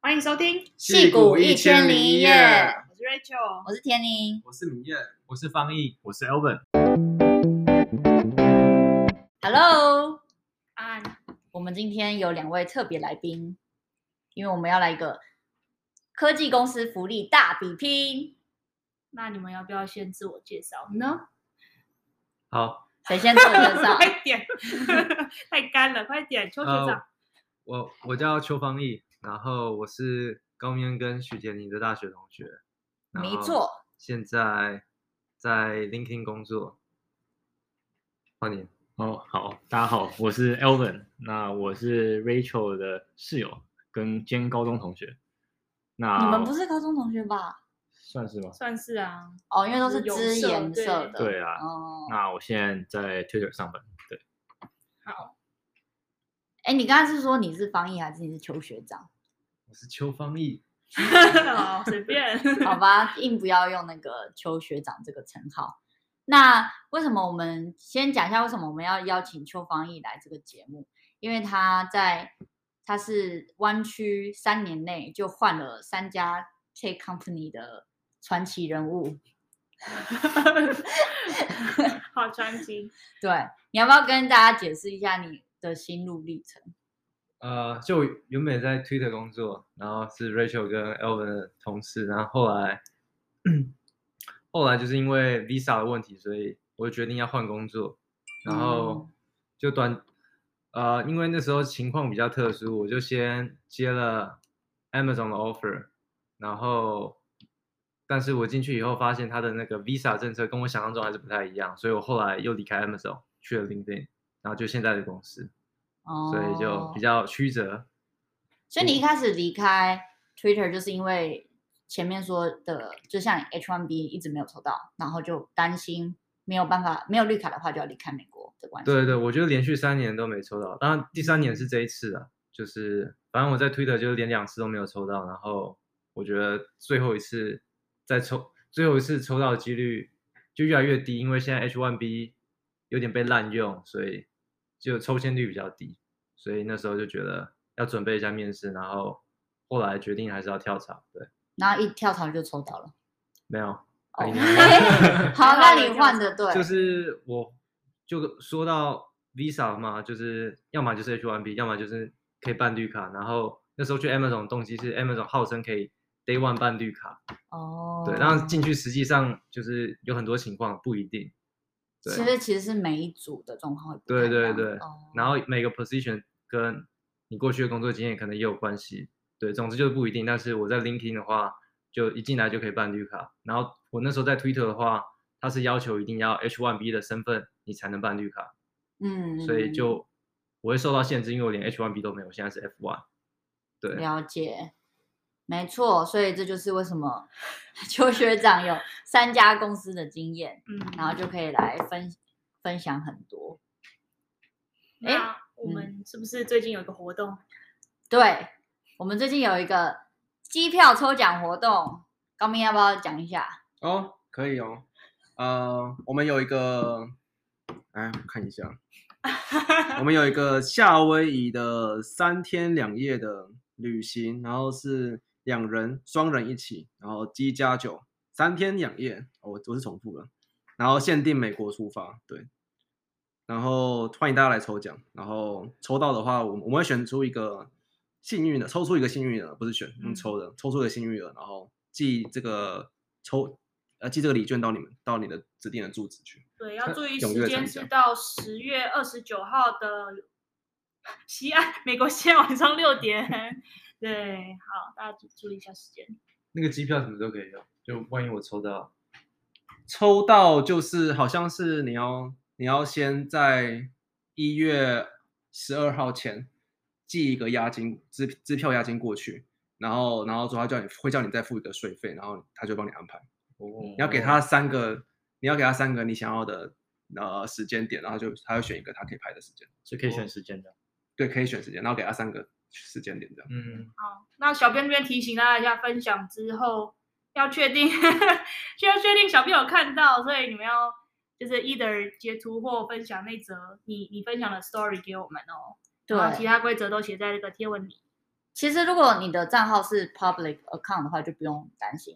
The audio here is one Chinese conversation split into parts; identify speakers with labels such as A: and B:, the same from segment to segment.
A: 欢迎收听《
B: 戏骨一千零一夜
A: 我是 Rachel。
C: 我是天宁，
B: 我是明艳，
D: 我是方毅，我是 Elvin。
C: Hello，
A: 啊，
C: 我们今天有两位特别来宾，因为我们要来一个科技公司福利大比拼，
A: 那你们要不要先自我介绍 呢？
D: 好，
C: 谁 先自我介绍？
A: 快 点，太干了，快点，邱学
B: 呃
A: 长。
D: 呃我我叫邱方毅，然后我是高明跟许杰宁的大学同学。然
C: 没
D: 后
C: 错，
D: 现在在 LinkedIn 工作。换你，
E: 哦，好，大家好，我是 Elvin，那我是 Rachel 的室友跟兼高中同学。那
C: 你们不是高中同学吧？
E: 算是吗？
A: 算是啊，
C: 哦，因为都是
A: 有
C: 支
A: 色
C: 颜
A: 对
C: 色的，
E: 对啊
C: 哦，
E: 那我现在在 Twitter 上班。对，
A: 好，
C: 哎，你刚才是说你是方毅还是你是邱学长？
D: 我是邱方毅。
A: 好哦随 便。
C: 好吧，硬不要用那个邱学长这个称号。那为什么我们先讲一下为什么我们要邀请邱方毅来这个节目？因为他在他是湾区三年内就换了三家 tech company 的传奇人物。
A: 好专辑，
C: 对，你要不要跟大家解释一下你的心路历程？
D: 呃，就原本在 Twitter 工作，然后是 Rachel 跟 Elvin 的同事，然后后来后来就是因为 Visa 的问题，所以我就决定要换工作，然后就短呃，因为那时候情况比较特殊，我就先接了 Amazon 的 offer，然后但是我进去以后发现他的那个 Visa 政策跟我想象中还是不太一样，所以我后来又离开 Amazon 去了 LinkedIn，然后就现在的公司。
C: 哦，
D: 所以就比较曲折。
C: 所
D: 嗯
C: 以你一开始离开 Twitter 就是因为前面说的，就像 H1B 一直没有抽到，然后就担心没有办法，没有绿卡的话就要离开美国的关系。
D: 对对，我觉得连续三年都没抽到，当然第三年是这一次啊，就是反正我在 Twitter 就是连两次都没有抽到，然后我觉得最后一次再抽，最后一次抽到的几率就越来越低，因为现在 H1B 有点被滥用，所以就抽签率比较低，所以那时候就觉得要准备一下面试，然后后来决定还是要跳槽，对，
C: 然后一跳槽就 抽到了。
D: 没有，
C: 哦
D: 很遗憾
C: 好，
A: 还好
C: 那
A: 有
C: 你
A: 跳
C: 换
A: 槽
C: 的对，
D: 就是我就说到 Visa 嘛，就是要么就是 H1B，要么就是可以办绿卡。然后那时候去 Amazon 的动机是 Amazon 号称可以 Day One 办绿卡，
C: 哦，
D: 对，然后进去实际上就是有很多情况不一定，对
C: 其实其实是每一组的状况会不
D: 对
C: 太一
D: 对
C: 样
D: 对
C: 哦、
D: 然后每个 position 跟你过去的工作经验可能也有关系，对，总之就是不一定。但是我在 LinkedIn 的话，就一进来就可以办绿卡，然后我那时候在 Twitter 的话，它是要求一定要 H1B 的身份你才能办绿卡。
C: 嗯，
D: 所以就我会受到限制，因为我连 H1B 都没有，现在是 F1。对，
C: 了解，没错，所以这就是为什么 邱学长有三家公司的经验。
A: 嗯，
C: 然后就可以来分分享很多。
A: 那我们是不是最近有一个活动？
C: 对我们最近有一个机票抽奖活动，高明要不要讲一下？
B: 哦，可以哦。呃，我们有一个，哎，我看一下，我们有一个夏威夷的三天两夜的旅行，然后是两人、双人一起，然后机加酒，三天两夜。哦、我我是重复了，然后限定美国出发，对。然后欢迎大家来抽奖，然后抽到的话，我们我们会选出一个幸运的，抽出一个幸运儿，不是选，
A: 嗯
B: 嗯，抽的，抽出一个幸运儿，然后寄这个抽呃寄这个礼券到你们到你的指定的住址去。
A: 对，要注意
B: 呃踊
A: 时
B: 跃
A: 间
B: 参
A: 是
B: 加
A: 到十月二十九号的西岸，美国西岸晚上六点。 对，好，大家注注意一下时间。
D: 那个机票什么都可以用，就万一我抽到，
B: 抽到就是好像是你要你要先在一月十二号前寄一个押金支支票押金过去，然后然后之后他叫你会叫你再付一个税费，然后他就帮你安排。
D: 你
B: 哦
E: 嗯
B: 你要给他三个，你要给他三个你想要的呃时间点，然后就他会选一个他可以排的时间，
E: 所以可以选时间的。
B: 对，可以选时间，然后给他三个时间点这样。
D: 嗯，
A: 好，那小编这边提醒大家一下，分享之后要确定， 需要确定小编有看到，所以你们要就是 either 截图或分享那则你你分享的 story 给我们哦。然后其
C: 对
A: 他规则都写在这个贴文里。
C: 其实如果你的账号是 public account 的话，就不用担心。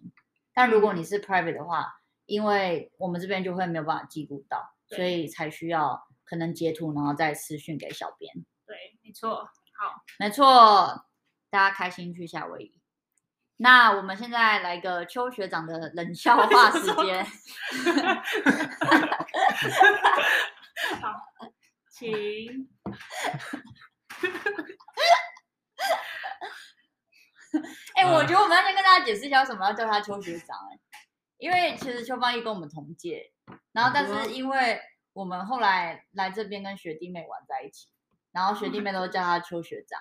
C: 但如果你是 private 的话，因为我们这边就会没有办法记录到，
A: 对
C: 所以才需要可能截图，然后再私讯给小编。
A: 对，没错。好，
C: 没错，大家开心去夏威夷。那我们现在来个邱学长的冷笑话时间。
A: 请。
C: 哎、我
B: 嗯
C: 觉得我们要先跟大家解释一下，为什么要叫他邱学长、哎，因为其实邱芳一跟我们同届，然后但是因为我们后来来这边跟学弟妹玩在一起，然后学弟妹都叫他邱学长，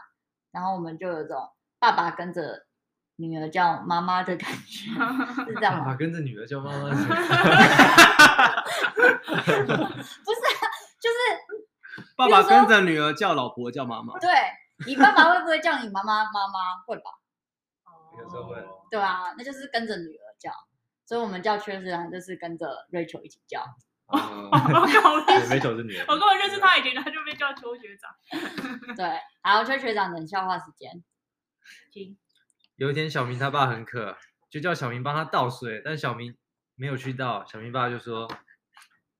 C: 然后我们就有种爸爸跟着女儿叫妈妈的感觉，是这样
B: 爸爸
C: 吗？
B: 跟着女儿叫 妈妈 是吧，
C: 不是啊、就是
D: 爸爸跟着女儿叫老婆叫妈妈，
C: 对你爸爸会不会叫你妈妈妈妈？会吧？
B: 有时候会
C: 对啊，那就是跟着女儿叫，所以我们叫邱学长就是跟着 Rachel 一起叫。
A: 我
B: 啊
A: 搞不
E: 对，Rachel 是女的。
A: 我根本认识他以前，他就被叫邱学长。
C: 对，好，邱学长冷笑话时间。
A: 请。
B: 有一天，小明他爸很渴，就叫小明帮他倒水，但小明没有去倒，小明爸就说：“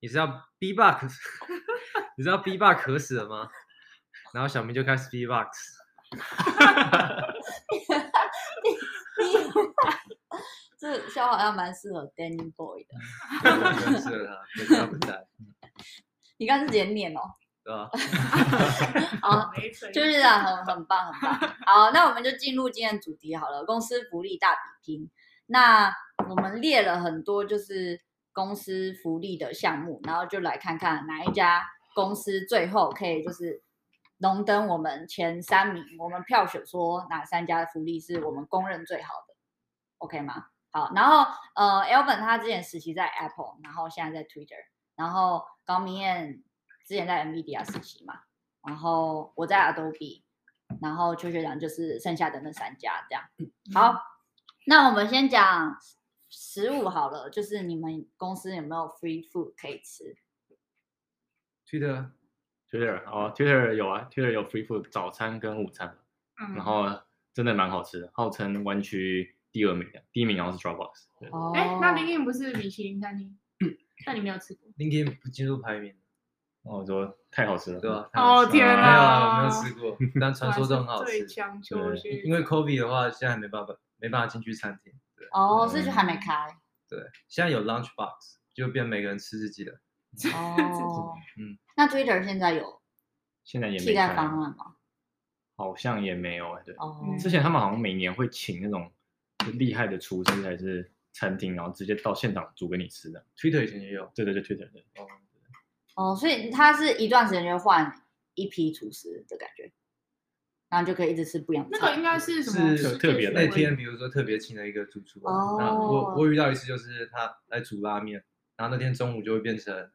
B: 你是要逼 box，你知道逼 box 渴死了吗？”然后小明就开始逼 box，
C: 这笑话好像蛮适合 Danny Boy 的。
B: 很适合他，可是他不在，
C: 你刚刚是连念哦，哦
B: 对吧？
C: 好，
A: 没错，
C: 邱学长啊很很棒，很棒。好，那我们就进入今天的主题好了，公司福利大比拼。那我们列了很多就是公司福利的项目，然后就来看看哪一家公司最后可以就是荣登我们前三名，我们票选说哪三家的福利是我们公认最好的，OK 吗？好，然后呃，Elvin 他之前实习在 Apple，然后现在在 Twitter，然后高明燕之前在 NVIDIA 实习嘛，然后我在 Adobe，然后邱学长就是剩下的那三家这样。好，那我们先讲食物好了，就是你们公司有没有 free food 可以吃？
B: 去的
E: Twitter 哦，Twitter 有啊，Twitter 有 free food 早餐跟午餐，
A: 嗯
E: 然后真的蛮好吃的，号称湾区第二名的，第一名好像是 Dropbox 对。
C: 哦
A: 哎，那林颖不是米其林餐厅，但你没有吃过。
B: LinkedIn 不进入排名，
E: 然后我哦说太好吃了，
B: 对吧？啊
A: 哦天
B: 没有
A: 哪
B: 啊，我没有吃 过，但传说都很好吃
A: 最。强邱
E: 对
A: 学
B: 因为 Kobe 的话，现在没办法，没办法进去餐厅。对
C: 哦，是就还没开
B: 对，现在有 lunch box，就变每个人吃自己的。
C: 哦。
B: 嗯，
C: 那 Twitter 现在有
E: 现在也
C: 替
E: 没
C: 代
E: 开，
C: 方案吗？
E: 好像也没有哎，对。
C: 哦，
A: 嗯
E: 之前他们好像每年会请那种就厉害的厨师还是餐厅，然后直接到现场煮给你吃的。
B: Twitter 以前也有，
E: 对对对，Twitter 对。
B: 哦，
C: 哦，所以它是一段时间就换一批厨师的感觉，然后就可以一直吃不一样的
A: 那
C: 菜。
A: 个应该是什么
B: 是
A: 世界
E: 特别
A: 巡
E: 的
B: 那
A: 回
B: 天比如说特别请了一个主厨啊，
C: 哦
B: 然后我我遇到一次就是他来煮拉面，然后那天中午就会变成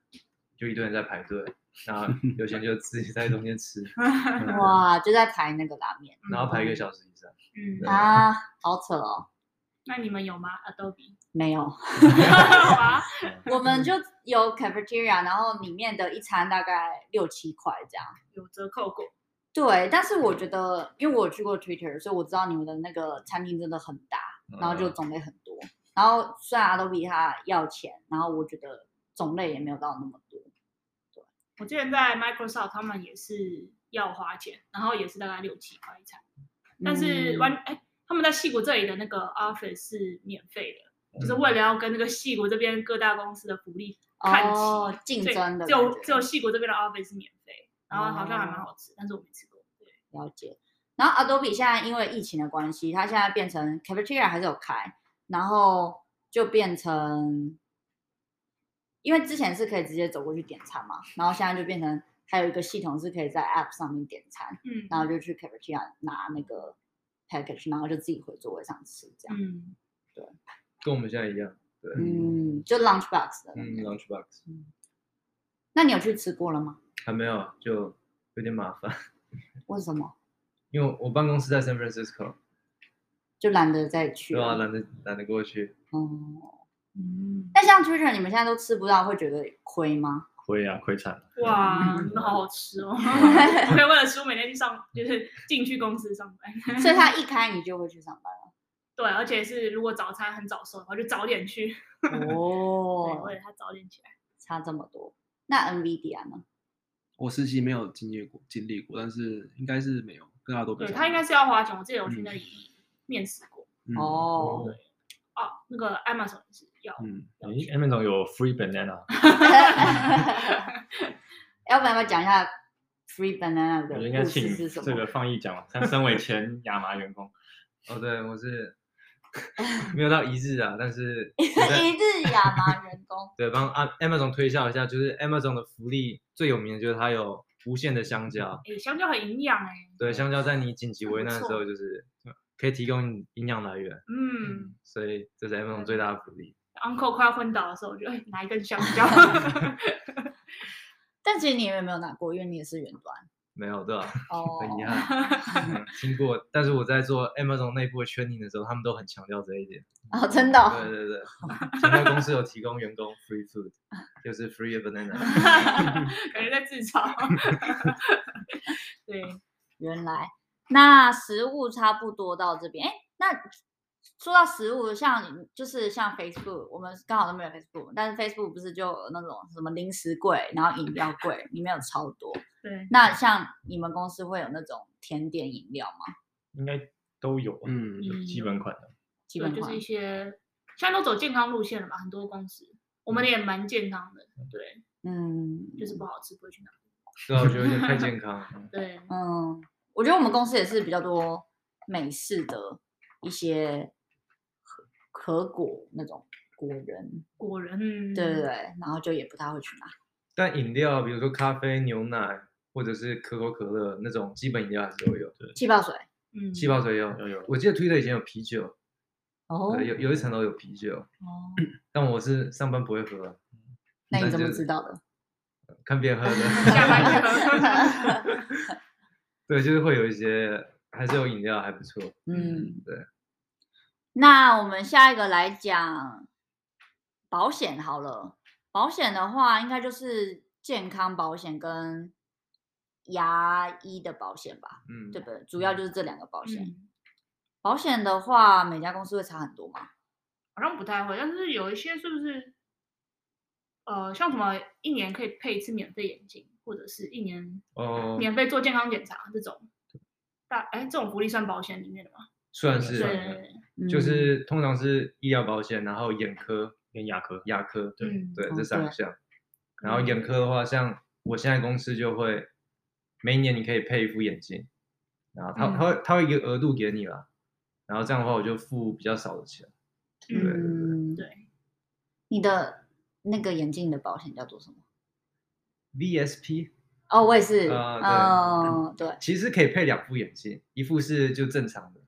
B: 就一堆人在排队，然后有些人就自己在中间吃，嗯
C: 哇，就在排那个拉面
B: 然后排一个小时以上。
A: 嗯，
B: 对
C: 啊，好扯哦，
A: 那你们有吗？Adobe
C: 没有。
A: 有吗？
C: 我们就有 cafeteria，然后里面的一餐大概六七块这样。
A: 有折扣过，
C: 对，但是我觉得，因为我有去过 Twitter，所以我知道你们的那个餐厅真的很大，然后就种类很多。然后虽然 Adobe 它要钱，然后我觉得种类也没有到那么多。
A: 我之前在 Microsoft 他们也是要花钱，然后也是大概六七块一餐，但是
C: 嗯
A: 完哎、他们在戏谷这里的那个 Office 是免费的，
B: 嗯
A: 就是为了要跟那个戏谷这边各大公司的福利看齐，
C: 哦竞
A: 所以
C: 争的
A: 只有
C: 感觉
A: 只有戏谷这边的 Office 是免费，然后好像还蛮
C: 哦
A: 好吃，但是我没吃过。对，
C: 了解。然后 Adobe 现在因为疫情的关系，它现在变成 Cafeteria 还是有开，然后就变成，因为之前是可以直接走过去点餐嘛，然后现在就变成还有一个系统是可以在 App 上面点餐，
A: 嗯，
C: 然后就去 Cafeteria 拿那个 package，然后就自己回座位上吃这样。
A: 嗯，
B: 跟我们现在一样，对，
C: 嗯，就 Lunchbox 的那
B: 嗯
C: 个。
B: ，lunch box
C: 那你有去吃过了吗？
B: 还没有，就有点麻烦，
C: 为什么？
B: 因为我办公室在 San Francisco，
C: 就懒得再去
B: 对啊，
C: 了。
B: 懒得懒得过去，
C: 哦、
A: 嗯，
C: 那像 Twitter 你们现在都吃不到，会觉得亏吗？
E: 亏啊，亏惨了。
A: 哇，真的好好吃哦！我可以为了书每天去上，就是进去公司上班。
C: 所以他一开你就会去上班了。
A: 对，而且是如果早餐很早收的话，就早点去。对，
C: 哦
A: 为，了他早点起来。
C: 差这么多。那 NVIDIA 呢？
D: 我实习没有经历过，经历过，但是应该是没有，跟大家都不
A: 对
D: 一样。
A: 他应该是要花钱，我记得我去那里面试过。
D: 嗯
C: 哦，
A: 哦，那个 Amazon 也是要
D: 嗯，
A: 要
E: 诶
A: 去。
E: ，M 总哎有 free banana，
C: 要不然要讲一下 Free Banana
E: 我
C: 的
E: 觉得应该
C: 故
E: 请
C: 事是什么？
E: 这个放逸讲嘛。他身为前亚麻员工，
B: 哦，对，我是没有到一致啊，但是我在
C: 一日亚麻员工
B: 对帮啊 Amazon 推销一下，就是 Amazon 的福利最有名的就是它有无限的香蕉，
A: 诶，香蕉很营养哎。
B: 对，香蕉在你紧急
A: 很
B: 危
A: 不
B: 难的时
A: 错
B: 候就是可以提供你营养来源，
A: 嗯
B: 所以这是 Amazon 最大的福利。
A: ，uncle 快要昏倒的时候，我就哎拿一根香蕉。
C: 但其实你也没有拿过，因为你也是远端
B: 没有对吧、
C: 哦。
B: 很遗憾，嗯经过。但是我在做 Amazon 内部的 training 的时候，他们都很强调这一点。
C: 哦，真的哦、
B: 对对对，强调公司有提供员工 free food，就是 free banana。
A: 感觉在自嘲。 对，
C: 原来那食物差不多到这边。哎，那说到食物，像就是像 Facebook，我们刚好都没有 Facebook，但是 Facebook 不是就有那种什么零食柜，然后饮料柜里面有超多。
A: 对，
C: 那像你们公司会有那种甜点饮料吗？
E: 应该都有，啊
D: 嗯
E: 有基本款的。
C: 基
A: 对，
C: 本
A: 就是
C: 款
A: 一些现在都走健康路线了嘛，很多公司，我们也蛮健康的，对，
C: 嗯，
A: 就是不好吃不会去拿。
B: 对啊，我觉得有点太健康了。嗯
A: 对，
C: 嗯，我觉得我们公司也是比较多美式的一些和和果那种果仁，
A: 果仁，嗯
C: 对对对，，然后就也不太会去拿。
B: 但饮料，比如说咖啡、牛奶，或者是可口可乐那种基本饮料还是都有。对，
C: 气泡水
A: 嗯，
B: 气泡水也有。
E: 有有
B: 我记得 Twitter 以前有啤酒，
C: 哦
B: 对有有一层楼有啤酒，
C: 哦，
B: 但我是上班不会喝，啊
C: 嗯那你
B: 但
C: 怎么
B: 就
C: 知道的？
B: 看别人喝
A: 下
B: 的。
A: 班就喝
B: 对，就是会有一些，还是有饮料还不错。
C: 嗯，
B: 对。
C: 那我们下一个来讲保险好了。保险的话，应该就是健康保险跟牙医的保险吧，
B: 嗯，
C: 对不对？主要就是这两个保险。
A: 嗯
C: 保险的话，每家公司会差很多嘛？
A: 好像不太会，但是有一些是不是，呃，像什么一年可以配一次免费眼镜，或者是一年
B: 哦，
A: 免费做健康检查这种，大哎这种福利算保险里面的吗？
B: 算
E: 对
B: 是
E: 算
B: 算
E: 是
B: 是。
A: 对，
B: 就
C: 嗯
B: 是通常是医疗保险，然后眼科、
E: 跟牙科，
B: 牙科，对、
A: 嗯
B: 对，
C: 哦
B: 这三
C: 对嗯
B: 项。然后眼科的话，像我现在公司就会每一年你可以配一副眼镜，然后他
C: 嗯
B: 他会他会一个额度给你啦，然后这样的话我就付比较少的钱，对对
A: 嗯，
B: 对
C: 嗯，
A: 对，
C: 你的那个眼镜的保险叫做什么？
B: ，VSP
C: 哦，我也是，
B: 啊
C: 嗯，对，
B: 其实可以配两副眼镜，一副是就正常的，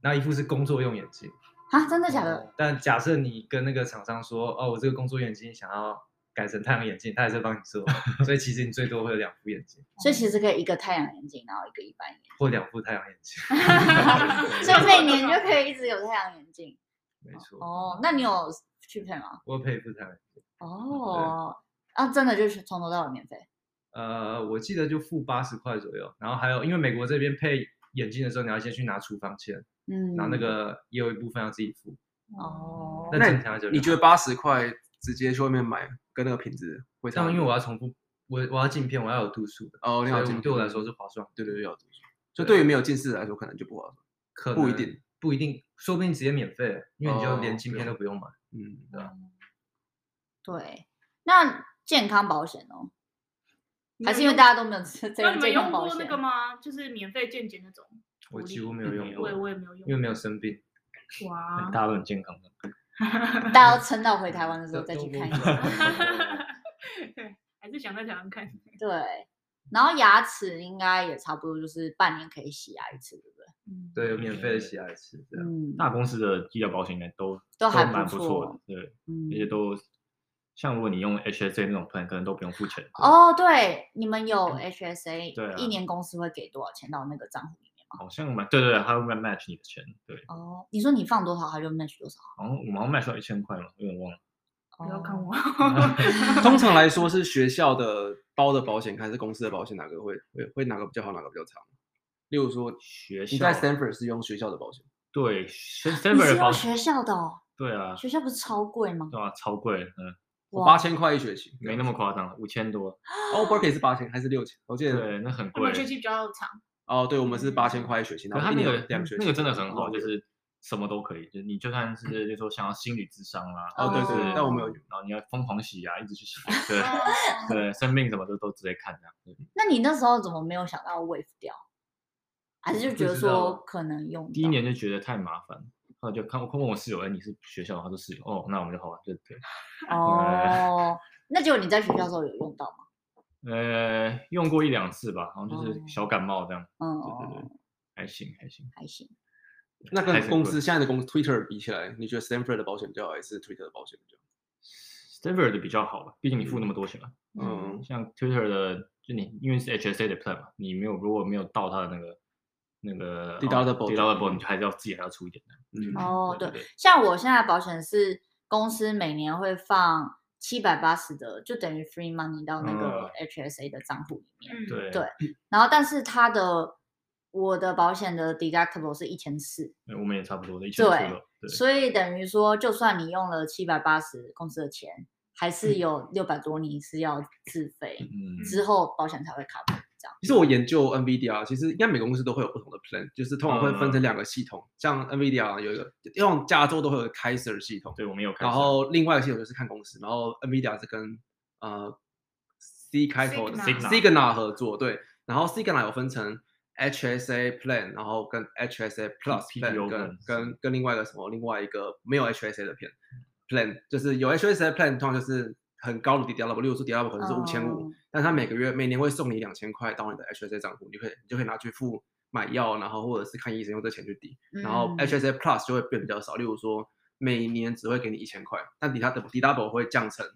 B: 然后一副是工作用眼镜。
C: 啊，真的假的？
B: 但假设你跟那个厂商说，哦，我这个工作眼镜想要改成太阳眼镜，他还是帮你做，所以其实你最多会有两副眼镜
C: 所以其实可以一个太阳眼镜，然后一个一般眼 镜，
B: 或两副太阳眼镜，
A: 嗯
C: 所以每年就可以一直有太阳眼镜。
B: 没错，
C: 哦，那你有去配吗？
B: 我配一副太阳眼镜。
C: 哦，啊，真的就是从头到尾免费。
B: 呃，我记得就付八十块左右，然后还有因为美国这边配眼镜的时候，你要先去拿处方签，
C: 嗯，
B: 然后那个也有一部分要自己付，
C: 哦，
B: 但
D: 那
B: 正常就
D: 你觉
B: 得
D: 得八十块直接去外面买，跟那个品质会
B: 这
D: 差？
B: 样？因为我要重复，我我要镜片，我要有度数的，
D: 哦，你
B: 所
D: 好
B: 以
D: 进，
B: 对我来说是划算，
D: 对对对，要进去就
B: 对
D: 对于没有近视的来说，可能就不划算。
B: 可
D: 不一
B: 能
D: 定，
B: 不一定，说不定直接免费，因为你就
D: 哦
B: 连镜
D: 对
B: 片都不用买。
D: 嗯，
C: 对，那健康保险哦，
A: 你
C: 还
A: 们
C: 是因为
A: 用
C: 大家都没有吃这
A: 那
C: 个
A: 你们
C: 健
A: 用
C: 康保
A: 过
C: 险啊
A: 那个？吗？就是免费健检那种福
B: 我
A: 利？
B: 几乎没有用
A: 我也
B: 过，
A: 我也没有用，
B: 因为没有生病。
A: 有哇，
E: 大家都很健康的。
C: 大家要撑到回台湾的时候再去看一下。
A: 还是想在台湾看。
C: 对，然后牙齿应该也差不多，就是半年可以洗牙一次，对不对？
A: 嗯，
B: 对，有免费的洗牙一次，这样。
C: 嗯，
E: 大公司的医疗保险应该都
C: 都还
E: 蛮
C: 不
E: 不
C: 错
E: 错的，对，
C: 嗯
E: 而且都像如果你用 HSA 那种 plan，可能都不用付钱。
C: 哦，对，你们有 HSA，
E: 嗯对啊
C: 一年公司会给多少钱到那个账户里面吗？
E: 好像蛮对对对，它会 match 你的钱，对，
C: 哦，你说你放多少，它就 match 多少。
E: 好像我们好像 match 到一千块嘛，有点忘了。
A: 不要看
C: 哦
A: 我，
D: 通常来说是学校的包的保险，还是公司的保险，哪个会会会哪个比较好，哪个比较差？例如说，
E: 学
D: 你在
E: 校
D: Stanford 是用学校的保险，
E: 对 s
C: 你
E: e
C: 是
E: v
C: 用学校的哦，
E: 对啊，
C: 学校不是超贵吗？
E: 对啊，超贵，嗯，
D: 我
C: 哇
D: 八千块一学期，
E: 没那么夸张，五千多，
D: 哦 b e r k e y 是八千还是六千？我记得
E: 对，那很
A: 他
E: 贵
A: 们。学期比较长，
D: 哦，对，我们是八千块一学期，
E: 可
D: 然
E: 是
D: 后
E: 它
D: 一
E: 那
D: 年
E: 个
D: 有两学期，哦
E: 那个真的很好，
D: 对
E: 就是什么都可以，就你就算是就是说想要心理智商啦，
D: 哦
E: 或者
C: 对对
E: 是
C: 但我
D: 们有
E: 然后你要疯狂洗牙，一直去洗，对 对，生病什么的都直接看这样。嗯对
C: 那你那时候怎么没有想到 wave 掉？还是就
E: 不
C: 觉得
E: 知道啊
C: 说可能用
E: 第一
C: 到
E: 年就觉得太麻烦，后来就看我问我室友，哎，你是学校吗？他说是，哦，那我们就好吧，对对。
C: 哦？那结果你在学校的时候有用到吗？
E: 呃，用过一两次吧，好像就是
C: 哦
E: 小感冒这样，
C: 嗯，
E: 对对
C: 哦
E: 对，还行还行。
C: 还行。
D: 那
E: 还
D: 跟
E: 是
D: 公
E: 贵
D: 司现在的公 Twitter 比起来，你觉得 Stanford 的保险比较好，还是 Twitter 的保险比较好？
E: Stanford 的比较好吧，毕竟你付那么多钱嘛。
D: 嗯，
E: 像 Twitter 的，就你因为是 HSA 的 plan 嘛，你没有如果没有到它的那个那个
D: Deductible
E: 哦 deductible，你就还是要自己还要出一点的。
D: 嗯
C: 哦，
E: 对
C: 对
E: 对对，
C: 像我现在的保险是公司每年会放七百八十的，就等于 free money 到那个
E: 嗯
C: HSA 的账户里面。
A: 嗯，
E: 对
C: 对然后，但是它的我的保险的 deductible 是一千四，
E: 对我们也差不多的，一千
C: 对
E: 出头。对，
C: 所以等于说，就算你用了七百八十公司的钱，还
D: 嗯
C: 是有六百多你是要自费，
E: 嗯，
C: 之后保险才会 cover 这样。
D: 其实我研究 NVDR，其实应该每个公司都会有不同的 plan，就是通常会
E: 嗯
D: 分成两个系统，像 NVDR 有一个，用加州都会有 Kaiser 系统，
E: 对我们有开始。
D: 然后另外一个系统就是看公司，然后 NVIDIA 是跟呃 C 开头的
A: Cigna
D: Signa 合作，对，然后 Signa 有分成 HSA Plan，然后跟 HSA Plus Plan，
E: PPO
D: 跟
E: plan
D: 跟跟另外一个什么，另外一个没有 HSA 的 Plan Plan，就是有 HSA Plan 通常就是很高的 deductible，例如说 deductible 可能是五千五
C: 哦，
D: 但它每个月每年会送你两千块到你的 HSA 账户，你可以你就可以拿去付买药，然后或者是看医生用这钱去抵。然后
C: 嗯
D: HSA Plus 就会变比较少，例如说每年只会给你一千块，但 d e d u c t i b l e 会降成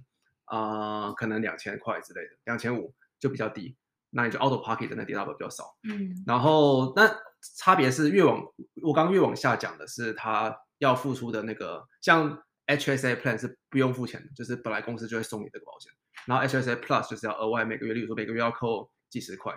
D: 呃可能两千块之类的，两千五就比较低，那你就 out of pocket 的那 d e d u c t i b l e 比较少。
A: 嗯，
D: 然后那差别是越往我刚越往下讲的是他要付出的那个，像 HSA plan 是不用付钱的，就是本来公司就会送你这个保险，然后 HSA plus 就是要额外每个月，例如说每个月要扣几十块，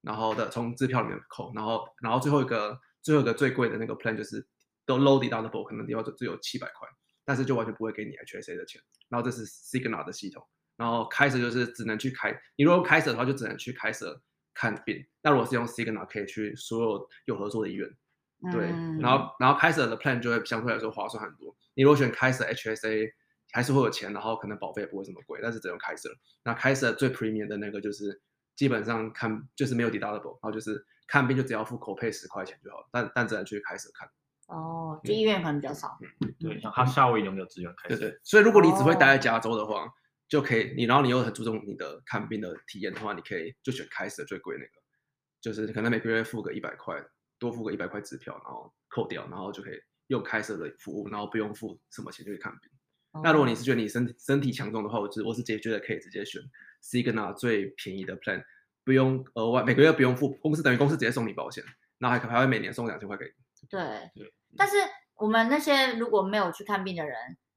D: 然后的从支票里面扣，然后然后最后一个最后一个最贵的那个 plan 就是都 low deductible，可能要只有七百块，但是就完全不会给你 HSA 的钱，然后这是 Signa 的系统。然后开始就是只能去开，你如果用开始的话，就只能去开始看病。那如果是用 Signa，可以去所有有合作的医院，对。
C: 嗯
D: 然后然后开始的 plan 就会相对来说划算很多。你如果选开始 HSA，还是会有钱，然后可能保费也不会这么贵，但是只用开始。那开始最 premium 的那个就是基本上看就是没有 deductible，然后就是看病就只要付口配十块钱就好了，但但只能去开始看。
C: 哦，
D: 嗯
C: 就医院可能比较少。嗯
E: 对，像它夏威夷有没有资源开
D: 对
E: 始？
D: 对，所以如果你只会待
C: 哦
D: 在加州的话，就可以你，然后你又很注重你的看病的体验的话，你可以就选开始的最贵那个，就是可能每个月付个一百块，多付个一百块支票，然后扣掉，然后就可以用开设的服务，然后不用付什么钱就可以看病。
C: 嗯
D: 那如果你是觉得你身体身体强壮的话，我是我是直接觉得可以直接选 Cigna 最便宜的 plan，不用额外每个月不用付，公司等于公司直接送你保险，然后还还会每年送两千块给你。
C: 对
E: 对，
C: 但
D: 嗯
C: 是我们那些如果没有去看病的人，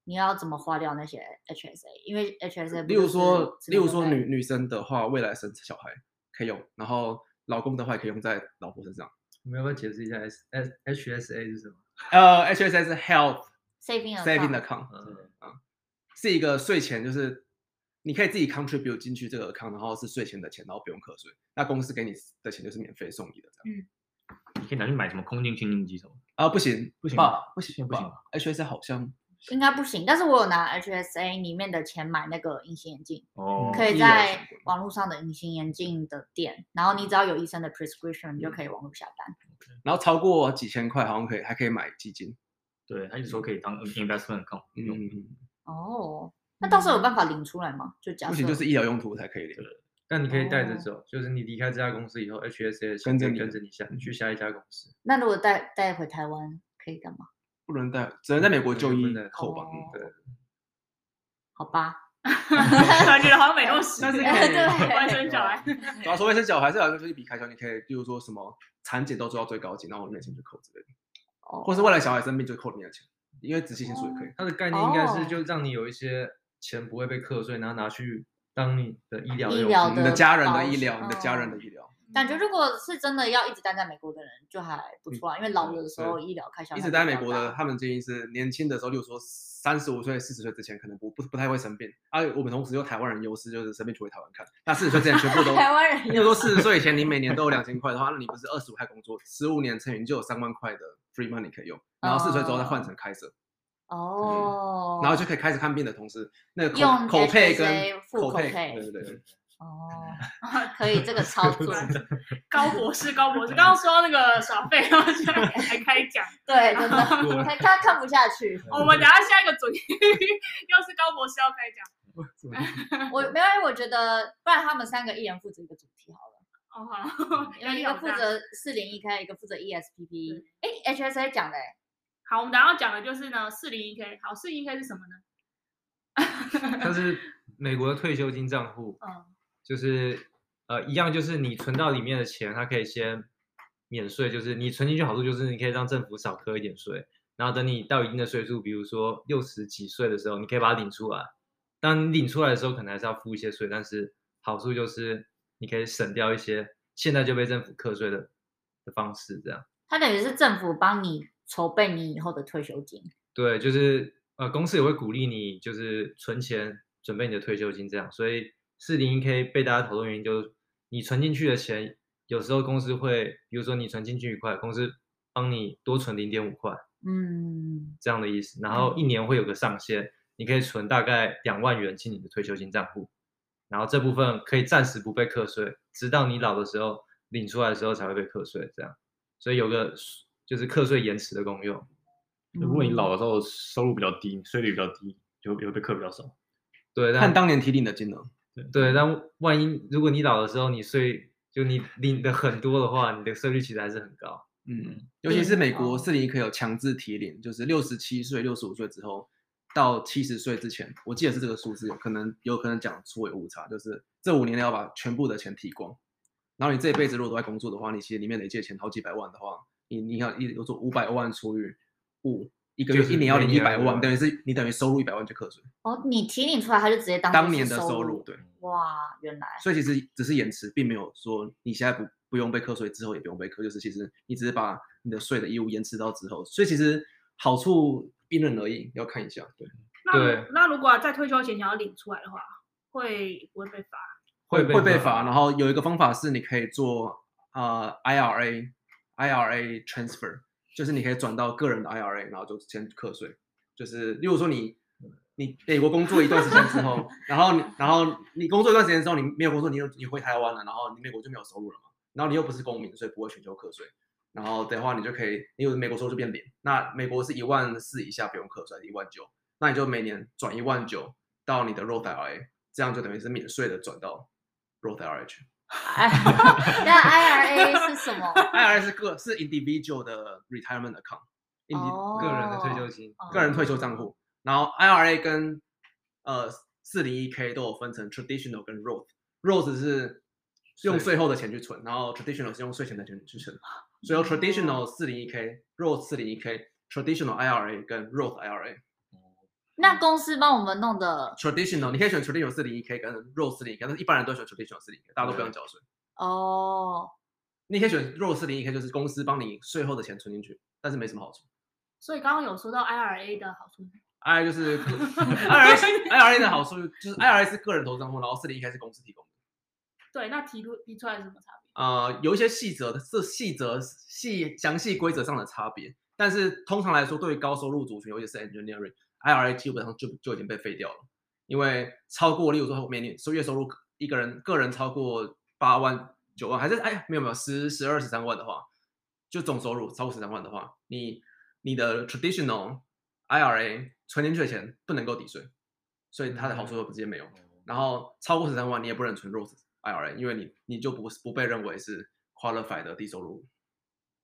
C: 你要怎么花掉那些 HSA？因为 HSA，不
D: 呃例
C: 就
D: 如
C: 是
D: 说，
C: 只
D: 例
C: 能
D: 如
C: 用
D: 说
C: 在
D: 女女生的话，未来生小孩可以用，然后老公的话也可以用在老婆身上。
B: 你们要不要解释一下 S S H S A 是什么？
D: 呃，HSA 是 Health
C: saving
D: Saving
C: account
D: Account，
B: 嗯，
D: 啊是一个税前，就是你可以自己 contribute 进去这个 account，然后是税前的钱，然后不用课税。那公司给你的钱就是免费送你的这样。
E: 你可以拿去买什么空净清净机什么的。
D: 啊，不行
E: 不行
D: 吧
E: 吗，
D: 不行
E: 不行
D: 吧，HSA 好像
C: 应该不行，但是我有拿 HSA 里面的钱买那个隐形眼镜，
E: 哦，
C: 嗯可以
D: 医疗
C: 在
D: 相关
C: 网络上的隐形眼镜的店，然后你只要有医生的 prescription，你就
D: 嗯
C: 可以网络下单。
D: 然后超过几千块好像可以，还可以买基金。
E: 对，他一直说可以当 investment account
D: 嗯
E: 用。
D: 嗯，嗯
C: 哦，那到 时候有办法 领出来吗？就假
D: 不
C: 设
D: 行，就是医疗用途才可以领。
B: 但你可以带着
C: 哦
B: 走，就是你离开这家公司以后，H S A
D: 嗯跟着你嗯
B: 跟着你下去下一家公司。
C: 那如果带带回台湾可以干嘛？
D: 不能带，只能在美国就
B: 不
D: 医
B: 能带
D: 扣吧。
C: 哦
D: 嗯
B: 对，
C: 好吧，
A: 突然觉得好像没那么实
D: 但是
A: 际，
D: 可以
A: 不会生小孩，
D: 然后除非啊生小孩，生小孩就是一笔开销，你可以，比如说什么产检都做到最高级，然后我面前就扣之类的，
C: 哦
D: 或是未来小孩生病就扣你的钱，因为直系亲属也可以。
B: 它的概念应该
C: 哦
B: 是就让你有一些钱不会被课税，然后拿去当你的医疗
C: 哦医
B: 用
C: 疗
B: 品
D: 嗯你的
C: 的
D: 家人
C: 保
D: 的医疗，
C: 险
D: 你的家人
C: 哦
D: 的医疗，
C: 感觉如果是真的要一直待在美国的人，就还不错啊，因为老了的时候医疗开销
D: 嗯一
C: 还
D: 直
C: 比
D: 待美
C: 较
D: 国
C: 大
D: 的，他们建议是年轻的时候，例如说三十五岁、四十岁之前，可能不不不太会生病。啊，我们同时有台湾人优势，就是生病去回台湾看。那四十岁之前全部都，嗯
C: 台湾人
D: 例如
C: 有
D: 说四十岁以前你每年都有两千块的话，那你不是二十五块工作，十五年乘以你就有三万块的 free money 可以用。然后四十岁之后再换成开设，
C: 哦，
D: 嗯然后就可以开始看病的同时，那个
C: 用
D: 口口配
C: SSA
D: 跟
C: 付
D: 口
C: 口
D: 配，
C: 配
D: 对对对，
C: 哦，可以这个操作，
A: 高博士，高博士，刚刚说那个耍废，然后现在还开讲。哦
C: 对，真 的，看看看不下去。
A: 我们等一下下一个主题 又是高博士要开讲。
C: 我没有，我觉得不然他们三个一人负责一个主题好了，
A: 哦好，
C: 因为一
A: 压力好
C: 个负
A: 大
C: 责四零一 k，一个负责 E ESPP。哎，HSA 讲的欸
A: 好，我们等一下要讲的就是呢，四零一 k。好，四零一 k 是什么呢？
B: 它是美国的退休金账户，
A: 嗯
B: 就是呃一样，就是你存到里面的钱，它可以先免税，就是你存进去好处就是你可以让政府少扣一点税，然后等你到一定的岁数，比如说六十几岁的时候，你可以把它领出来。当你领出来的时候，可能还是要付一些税，但是好处就是你可以省掉一些现在就被政府课税的的方式，这样。
C: 它等于是政府帮你筹备你以后的退休金。
B: 对，就是呃，公司也会鼓励你，就是存钱准备你的退休金这样。所以四零一 k 被大家讨论原因就是，你存进去的钱，有时候公司会，比如说你存进去一块，公司帮你多存零点五块
C: 嗯，
B: 这样的意思。然后一年会有个上限，你可以存大概两万元进你的退休金账户，然后这部分可以暂时不被课税，直到你老的时候领出来的时候才会被课税这样。所以有个就是课税延迟的功用。
E: 如果你老的时候收入比较低，税率比较低，就有被课比较少。
B: 对，但
D: 看当年提领的金额。
B: 对，但万一如果你老的时候你税就你领的很多的话，你的税率其实还是很高。
D: 嗯，尤其是美国四零一 k 有强制提领，就是六十七岁、六十五岁之后到七十岁之前，我记得是这个数字，有可能有可能讲错有误差，就是这五年内要把全部的钱提光。然后你这一辈子如果都在工作的话，你其实里面累计的钱好几百万的话，你你要一有做五百万除以五，一个月
B: 就是
D: 一年要领
B: 每
D: 一
B: 年要
D: 百
B: 100万
D: 万，等于是你等于收入一百万就课税，
C: 哦，你提领出来，他就直接当作
D: 当
C: 是
D: 年的啊收
C: 收
D: 入对。
C: 哇，原来
D: 所以其实只是延迟，并没有说你现在不不用被课税，之后也不用被课，就是其实你只是把你的税的义务延迟到之后，所以其实好处因人而异，要看一下。对，
A: 那如
B: 对
A: 那如果在退休前想要领出来的话，会不会被罚？
B: 会
D: 会被
B: 罚
D: 罚。然后有一个方法是你可以做呃 IRA IRA transfer，就是你可以转到个人的 IRA，然后就先课税。就是例如说你你美国工作一段时间之后，然后你然后你工作一段时间之后，你没有工作，你又你回台湾了，然后你美国就没有收入了嘛，然后你又不是公民，所以不会全球课税。然后的话，你就可以，你有美国收入就变零。那美国是一万四以下不用课税，一万九，那你就每年转一万九到你的 Roth IRA，这样就等于是免税的转到 Roth IRA 去。
C: 哎，那 IRA 是什么？
D: IRA 是个是 individual 的 retirement account，indi、
C: 哦，
B: 个人的退休金，
D: 个人退休账户。然后 IRA 跟呃四零一 k 都有分成 traditional 跟 Roth。Roth 是用
B: 税
D: 税后的钱去存，然后 traditional 是用税前的钱去存。所以有 traditional 四零一 k、Roth 四零一 k、traditional IRA 跟 Roth IRA。
C: 哦那公司帮我们弄的
D: traditional 你可以选 traditional 四零一 k 跟 Roth 四零一 k，但是一般人都选 traditional 四零一 k，大家都不用缴税。
C: 哦，
D: 你可以选 Roth 四零一 k，就是公司帮你税后的钱存进去，但是没什么好处。
A: 所以刚刚有说到 IRA 的好处，
D: IRA 就是 IRA IRA 的好处就是 IRA 是个人投资账户，然后四零一 k 是公司提供的。
A: 对，那提出提出来有什么差别？
D: 呃，有一些细则是细则细详细规则上的差别，但是通常来说，对于高收入族群，尤其是 engineering IRA 基本上就就已经被废掉了，因为超过，例如说每年收月收入一个人个人超过八万九万，还是哎呀没有没有十十二十三万的话，就总收入超过十三万的话，你你的 traditional IRA 存进去的钱不能够抵税，所以它的好处就直接没有。然后超过十三万你也不能存 Roth IRA，因为你你就不是不被认为是 qualified 的低收入。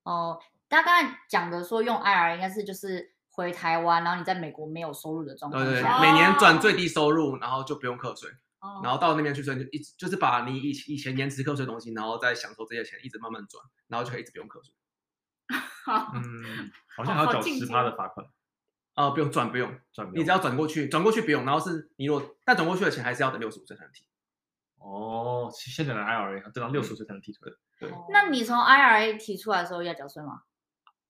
C: 哦，他刚才讲的说用 IRA 应该是就是回台湾，然后你在美国没有收入的状
D: 对
C: 况
D: 对
C: 下，
D: 对，每年转最低收入，然后就不用课税，
A: 哦
D: 然后到那边去所以你就一直就是把你以以前延迟课税的东西，然后再享受这些钱，一直慢慢转，然后就可以一直不用课税。
A: 好，
B: 嗯，
E: 好像还要
A: 好
E: 缴
A: 进
E: 十
A: 阶
E: 趴的罚款，
D: 啊、不用转不用，
E: 转不
D: 你只
E: 用
D: 要转过去，转过去不用，然后是你如果但转过去的钱还是要等六十五岁才能提。
E: 哦，现在的 IRA 等到六十岁才能提出来。
C: 哦那你从 IRA 提出来的时候要缴税吗？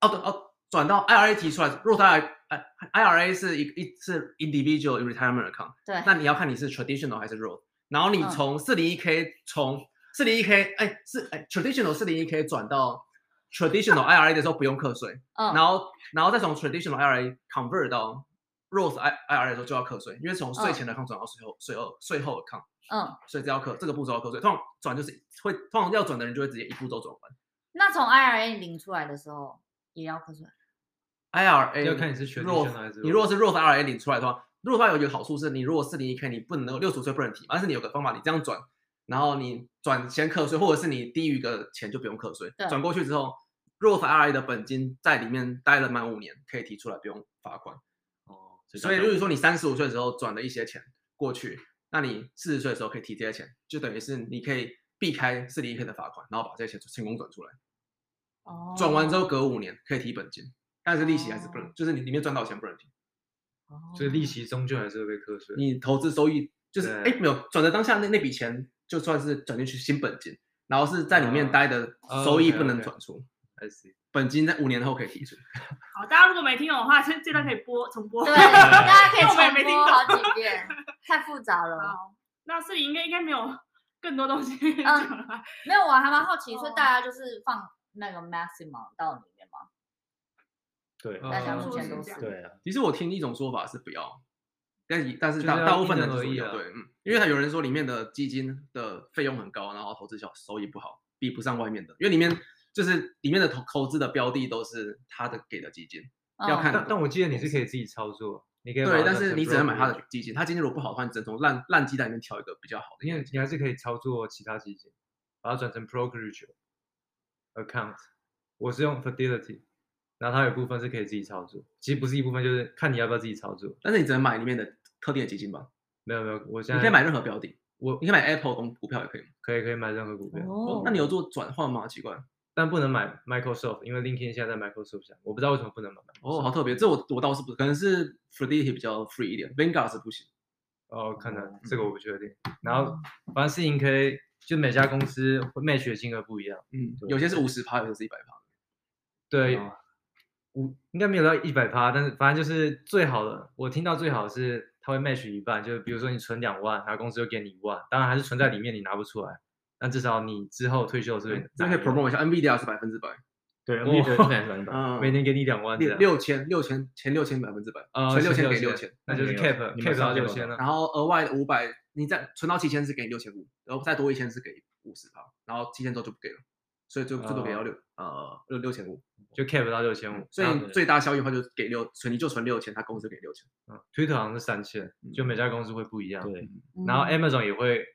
D: 哦对哦，转到 IRA 提出来，如果它哎 IRA 是一一是 individual retirement account，
C: 对，
D: 那你要看你是 traditional 还是 roll，然后你
C: 嗯
D: 从四零一 k 从四零一 k 哎是哎 traditional 四零一 k 转到 traditional IRA 的时候不用课税，
C: 嗯，
D: 然后然后再从 traditional IRA convert 到 Roth I IRA 的时候就要课税，因为从税前的 account 转到税后税后税后 account，
C: 嗯，
D: 所以这要课这个步骤要课税。通常转就是会通常要转的人就会直接一步骤转完。
C: 那从 IRA 领出来的时候也要课税。
D: IRA
B: 要看你是选
D: 若
B: 选还是
D: 你如果是 Roth IRA 领出来的话，r o t h IRA 有一个好处是，你如果四零一 k 你不能够六十岁不能提嘛，但是你有个方法，你这样转，然后你转先课税，或者是你低于一个钱就不用课税
C: 对，
D: 转过去之后，Roth IRA 的本金在里面待了满五年，可以提出来不用罚款。
E: 哦，
D: 所以
B: 啊
D: 如果说你三十五岁的时候转了一些钱过去，那你四十岁的时候可以提这些钱，就等于是你可以避开四零一 k 的罚款，然后把这些钱成功转出来。
C: 哦，
D: 转完之后隔五年可以提本金，但是利息还是不能，
C: 哦
D: 就是你里面赚到的钱不能提。
C: 哦，
B: 所以利息终究还是会被课税。
D: 你投资收益就是哎
B: 对
D: 没有转的当下那那笔钱就算是转进去新本金，然后是在里面
B: 啊
D: 待的
B: 啊
D: 收益
B: ，OK，
D: 不能
B: OK
D: 转出，
B: I see
D: 本金在五年后可以提出。
A: 好，大家如果没听懂的话，这这段可以播重播。
C: 嗯对，大家可 以
A: 因为我们也没
C: 重
A: 听
C: 播
A: 懂
C: 好几遍，太复杂了。
A: 好， 那四零应该应该没有更多东西
C: 嗯
A: 讲了吧。
C: 没有，我还蛮好奇，所以
A: 哦
C: 大家就是放那个 maximum 到里面嘛？
E: 对
B: 呃
C: 大家目
A: 说
C: 前
A: 是
C: 都
A: 这
C: 是
A: 样
E: 对啊，
D: 其实我听一种说法是不要，但是但是
B: 就是
D: 大
B: 要
D: 大部分
B: 因
D: 人
B: 人
D: 是
B: 而
D: 说
B: 异
D: 要
B: 啊
D: 对，嗯，因为他有人说里面的基金的费用很高，然后投资小收益不好，比不上外面的，因为里面就是里面的投投资的标的都是他的给的基金，要
C: 嗯
D: 看
B: 哦但但我记得你是可以自己操作，你可以把
D: 对，
B: 它
D: 但
B: 当
D: 是
B: 成
D: 你只能买他
B: brokerage
D: 的基金，他基金如果不好的话，你只能从烂烂鸡蛋里面挑一个比较好的。
B: 因为你还是可以操作其他基金，把它转成 brokerage account。我是用 Fidelity，然后它有部分是可以自己操作，其实不是一部分，就是看你要不要自己操作。
D: 但是你只能买里面的特定的基金吧？
B: 没有没有，我现
D: 你
B: 在
D: 可以买任何标的，
B: 我
D: 你可以买 Apple 东股票也可以。
B: 可以可以买任何股票，
C: 哦
D: 那你有做转换吗？奇怪，
B: 但不能买 Microsoft，因为 LinkedIn 现在在 Microsoft 下，我不知道为什么不能买 Microsoft。
D: 哦，好特别，这我我倒是不，可能是 Fidelity 比较 free 一点，Vanguard 是不行。
B: 哦，可能
D: 哦嗯
B: 这个我不确定。然后反正四零 K 就每家公司会 match 的金额不一样，
D: 嗯，
E: 对
D: 有些是五十趴，有些是一百趴。
B: 对
E: 哦，
B: 五应该没有到一百趴，但是反正就是最好的，我听到最好的是它会 match 一半，就是比如说你存两万，然后公司就给你一万，当然还是存在里面你拿不出来，但至少你之后退休的时候
D: 对
B: 你，
D: 这
B: 拿
D: 哎可以
B: 一万
D: promote 一下，NVIDIA 是百分之百，
E: 对，
B: 哦
E: 那个那也是很 大。
D: 嗯，
B: 每年给你两万这
D: 六六
B: 样，
D: 千六千前六千百分之百，
B: 呃
D: 前六千给
B: 六
D: 六千，，
B: 那就是
E: 那你有
B: cap
E: 你马
B: cap
E: 上
B: 到
E: 就
B: 六
E: 有
B: 千
E: 了
B: 了。
D: 然后额外的五百，你再存到七千是给你六千五，然后再多一千是给五十趴，然后七千之后就不给了，所以最最多给到六呃六六千五，
B: 就 cap 到六千五，
D: 所以
E: 啊
B: 然后
D: 你最大效益的话就给六，存你就存六千，他公司给六千，
B: 嗯 Twitter 好像是三千，就每家公司会不一样。
E: 对，
B: 然后
C: 嗯
B: Amazon 也会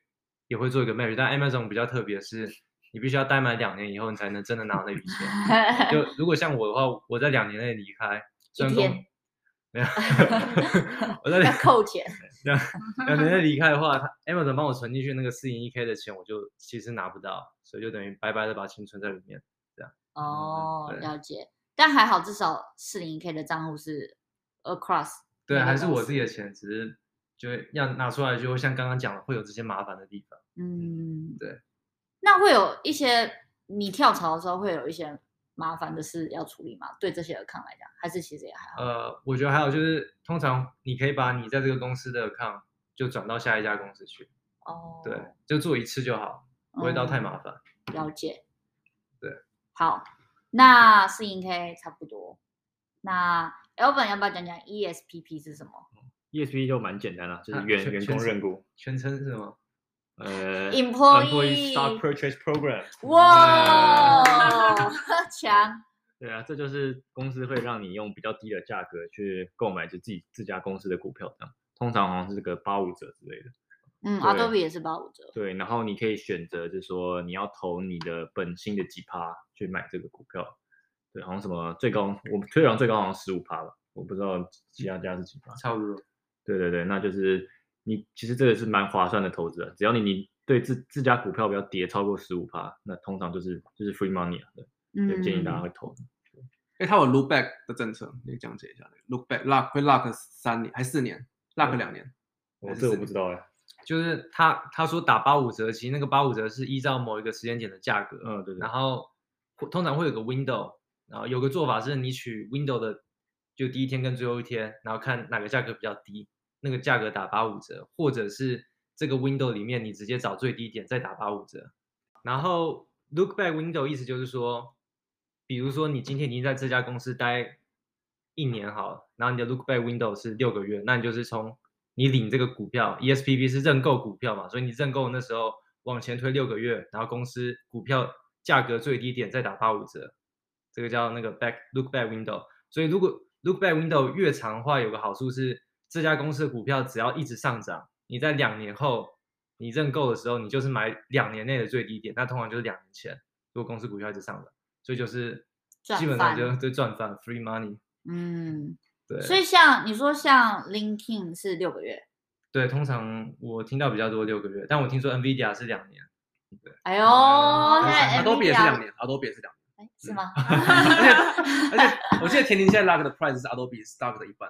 B: 也会做一个 match，但 Amazon 比较特别是，你必须要待满两年以后，你才能真的拿到那笔钱。就如果像我的话，我在两年内离开，虽然公
C: 天
B: 没有，我在
C: 要
B: 两
C: 扣 钱，
B: 两年内离开的话它，Amazon 帮我存进去那个四零一 k 的钱，我就其实拿不到，所以就等于白白的把钱存在里面。
C: 哦，
B: 对
C: 了解。但还好，至少四零 K 的账户是 across，
B: 对，
C: 那个
B: 还是
C: 公
B: 我
C: 司
B: 自己的钱，只是就会要拿出来，就会像刚刚讲的，会有这些麻烦的地方。
C: 嗯，
B: 对。
C: 那会有一些你跳槽的时候会有一些麻烦的事要处理吗？对这些 account 来讲，还是其实也还好。
B: 呃，我觉得还有就是，通常你可以把你在这个公司的 account 就转到下一家公司去。
C: 哦，
B: 呃
C: 嗯
B: 对，就做一次就好，不会
E: 哦
B: 到太麻烦。
C: 了解。
B: 对，
C: 好，那四零 K 差不多。那 Elvin 要不要讲讲 E ESPP 是什么
E: ESP ，E 就蛮简单了，就是
B: 它
E: 员
B: 全
E: 员
B: 全
E: 工
B: 是
E: 认股，
B: 全称是什么？
E: 呃
C: Employee
E: Stock Purchase Program。
C: 哇， 强！
E: 哎对啊，这就是公司会让你用比较低的价格去购买就自己自家公司的股票，这样通常好像是这个八五折之类的。
C: 嗯
E: 对
C: ，Adobe 也是八五折。
E: 对，然后你可以选择，就是说你要投你的本薪的几趴去买这个股票。对，好像什么最高，我们推广最高好像十五趴吧，我不知道其他家是几趴。
B: 差不多。
E: 对对对，那就是你其实这个是蛮划算的投资啊，只要你你对自自家股票不要跌超过十五趴，那通常就是就是 free money 啊，对，
C: 嗯
E: 建议大家会投。
D: 哎，它有 look back 的政策，你讲解一下。look back lock 会 lock 三年还四年，lock 两年。
E: 我这我不知道哎、
B: 就是他他说打八五折，其实那个八五折是依照某一个时间点的价格，
E: 嗯，对对
B: 然，后会通常会有个 window，然后有个做法是你取 window 的就第一天跟最后一天，然后看哪个价格比较低，那个价格打八五折，或者是这个 window 里面你直接找最低点再打八五折。然后 look back window 意思就是说，比如说你今天已经在这家公司待一年好了，然后你的 look back window 是六个月，那你就是从你领这个股票，E ESPP 是认购股票嘛，所以你认购那时候往前推六个月，然后公司股票价格最低点再打八五折，这个叫那个 back look back window。所以如果 look back window 越长的话，有个好处是这家公司的股票只要一直上涨，你在两年后你认购的时候，你就是买两年内的最低点，那通常就是两年前，如果公司股票一直上涨，所以就是
C: 赚
B: 基本
C: 翻
B: 上就就赚翻 free money。
C: 嗯，
B: 对，
C: 所以像你说像 LinkedIn 是六个月，
B: 对，通常我听到比较多六个月，但我听说 NVIDIA 是两年。
C: 哎呦，
B: 哦
C: 现
D: 嗯
C: 在
D: Adobe 也是
C: NVIDIA
D: 两年，Adobe 嗯也是两年。
C: 哎是吗？
D: 而且我记得田宁现在 lock 的 price 是 Adobe stock 的一半，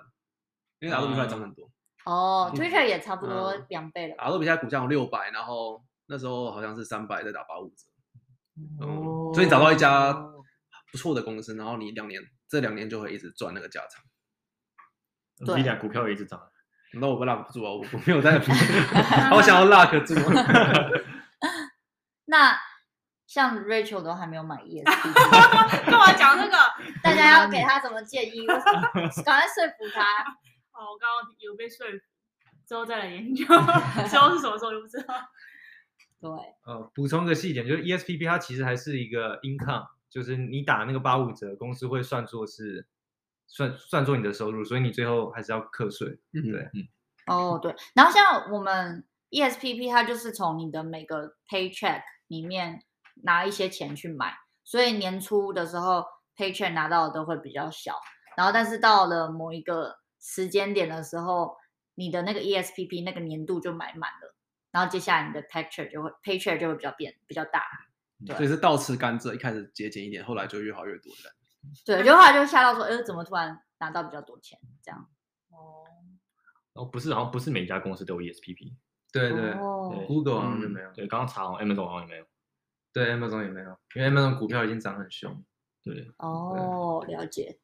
D: 因为 Adobe 出来涨很多。
C: 哦
D: 嗯
C: ，Twitter 也差不多
D: 嗯
C: 两倍
E: 啊
C: 了吧。
D: Adobe 现在股价有六百，然后那时候好像是三百，再打八五折。嗯，所以你找到一家
E: 哦
D: 不错的公司，然后你两年这两年就会一直赚那个价差。
C: 对
E: 你讲股票也一直涨，
D: 那我被 lock 不住啊，我我没有在， 我想要 lock 住。啊
C: 那像 Rachel 都还没 有买 E ESPP，
A: 干嘛讲这个？
C: 大家要给他什么建 议？为什么赶快说服他。
A: 哦，我刚刚有被说服，之后再来研究， 之后是什么时候就不知道。
C: 对，
B: 呃，补充个细点，就是 ESPP 它其实还是一个 income，就是你打那个八五折，公司会算作是算算作你的收入，所以你最后还是要课税。对，
C: 哦对，然后像我们 E ESPP，它就是从你的每个 paycheck 里面拿一些钱去买，所以年初的时候 paycheck 拿到的都会比较小，然后但是到了某一个时间点的时候，你的那个 E ESPP 那个年度就买满了，然后接下来你的 paycheck 就会 paycheck 就会比较变比较大。
D: 所以是倒吃甘蔗，一开始节俭一点，后来就越花越多的。
C: 对，就后来就吓到说，哎、怎么突然拿到比较多钱这样？哦，
E: 哦，不是，好像不是每一家公司都有 E ESPP，
B: 对对
C: 哦
B: ，Google 好像就
D: 嗯
B: 没有，
E: 对，刚刚查好像 Amazon 好像也没有，
B: 对 Amazon 也没有，因为 Amazon 股票已经涨很凶。
E: 对，
C: 哦，了解。
B: 嗯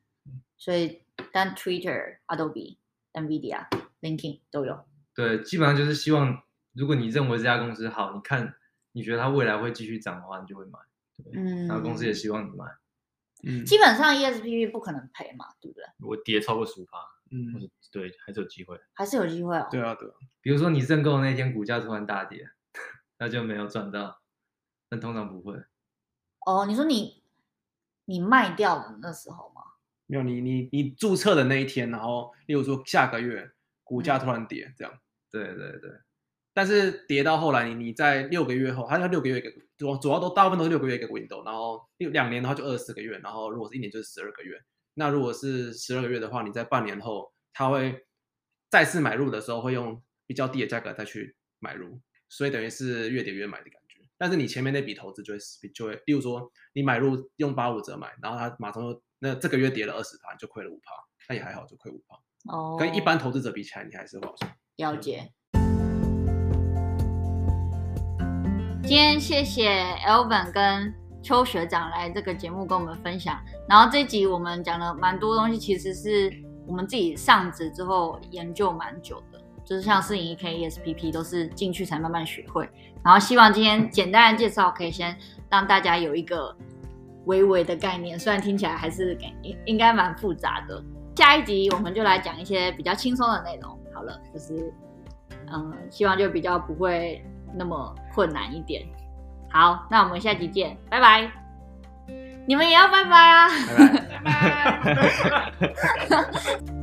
C: 所以，但 Twitter、Adobe、NVIDIA、LinkedIn 都有。
B: 对，基本上就是希望，如果你认为这家公司好，你看你觉得它未来会继续涨的话，你就会买，
C: 嗯，
B: 然后公司也希望你买。
D: 嗯
C: 基本上 ESPP 不可能赔嘛，对不对？
E: 如果跌超过十五趴，或
D: 嗯，
E: 者对，还是有机会。
C: 还是有机会哦。
D: 对啊对啊，
B: 比如说你认购的那天股价突然大跌， 那就没有赚到，但通常不会。
C: 哦，你说你你卖掉的那时候吗？
D: 没有你你你注册的那一天，然后例如说下个月股价突然跌这样，
B: 对对对，
D: 但是跌到后来你你在六个月后，它要六个月一个主主要都大部分都是六个月一个 window，然后六两年的话就二十四个月，然后如果是一年就是十二个月。那如果是十二个月的话，你在半年后它会再次买入的时候会用比较低的价格再去买入，所以等于是越跌越买的感觉。但是你前面那笔投资就会就会，例如说你买入用八五折买，然后它马上就那这个月跌了二十趴，你就亏了五趴，那也还好，就亏五趴，
C: 哦，
D: 跟一般投资者比起来，你还是会好受。
C: 了解。今天谢谢 Elvin 跟邱学长来这个节目跟我们分享，然后这集我们讲了蛮多东西，其实是我们自己上职之后研究蛮久的，就是像四零一 K、ESPP E 都是进去才慢慢学会。然后希望今天简单的介绍可以先让大家有一个微微的概念，虽然听起来还是感应应该蛮复杂的。下一集我们就来讲一些比较轻松的内容。好了，就是嗯，希望就比较不会那么困难一点。好，那我们下集见，拜拜。你们也要拜拜啊！
D: 拜拜。
A: 拜拜。